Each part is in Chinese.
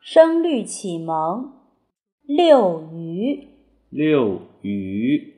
声律启蒙，六余，六余，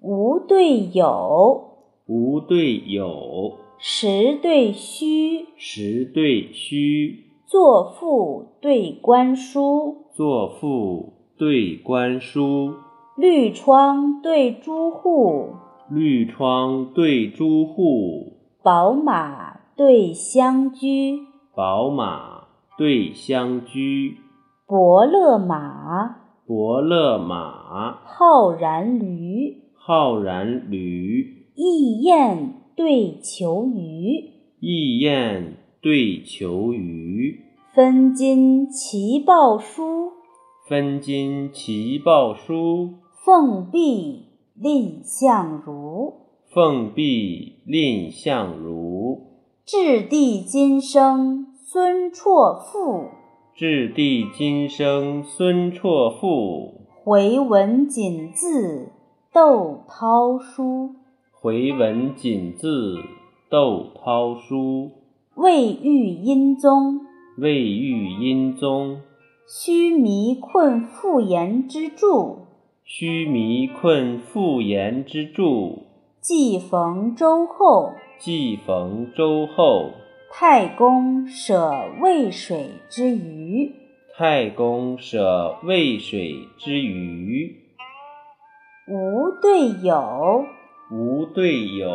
无对有，无对有，实对虚，实对虚，作赋对观书，作赋对观书，绿窗对朱户，绿窗对朱户，宝马对相居，宝马对相居，伯乐马，伯乐马，浩然驴，浩然驴，一雁对求鱼，一雁对求鱼，分金齐报书，分金齐报书，凤臂蔺相如。凤臂蔺相如。掷地今生孙绰赋，掷地今生孙绰赋，回文锦字窦涛书。回文锦字窦涛书。未遇殷宗，未遇殷宗，须弥困妇言之著。须弥困妇言之著。既逢周后，既逢周后，太公舍渭水之鱼。太公舍渭水之鱼。无对有，无对有，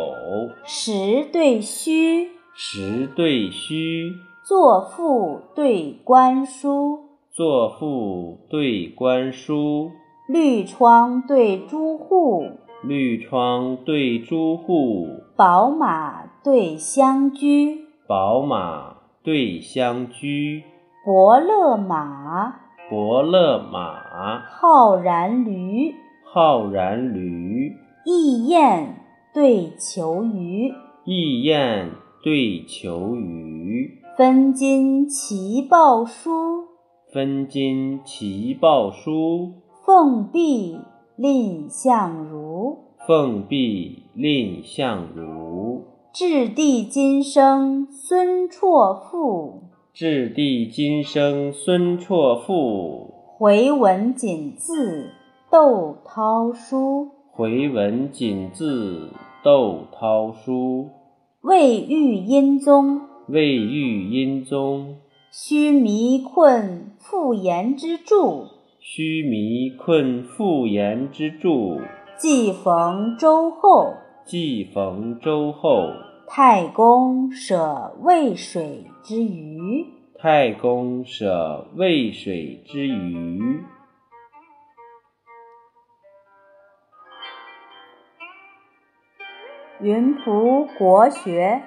实对虚，实对虚，作赋对观书，作赋对观书，绿窗对朱户，绿窗对朱户，宝马对相居，宝马对相居，伯乐马，伯乐马，浩然驴，浩然驴，一雁对求鱼，一雁对求鱼，分金齐报书，分金齐报书，凤臂蔺相如。凤臂蔺相如。掷地今生孙绰赋，掷地今生孙绰赋，回文锦字窦涛书。回文锦字窦涛书。未遇殷宗，未遇殷宗，须弥困妇言之著。须弥困妇言之著。既逢周后，既逢周后，太公舍渭水之鱼。太公舍渭水之鱼。云浦国学。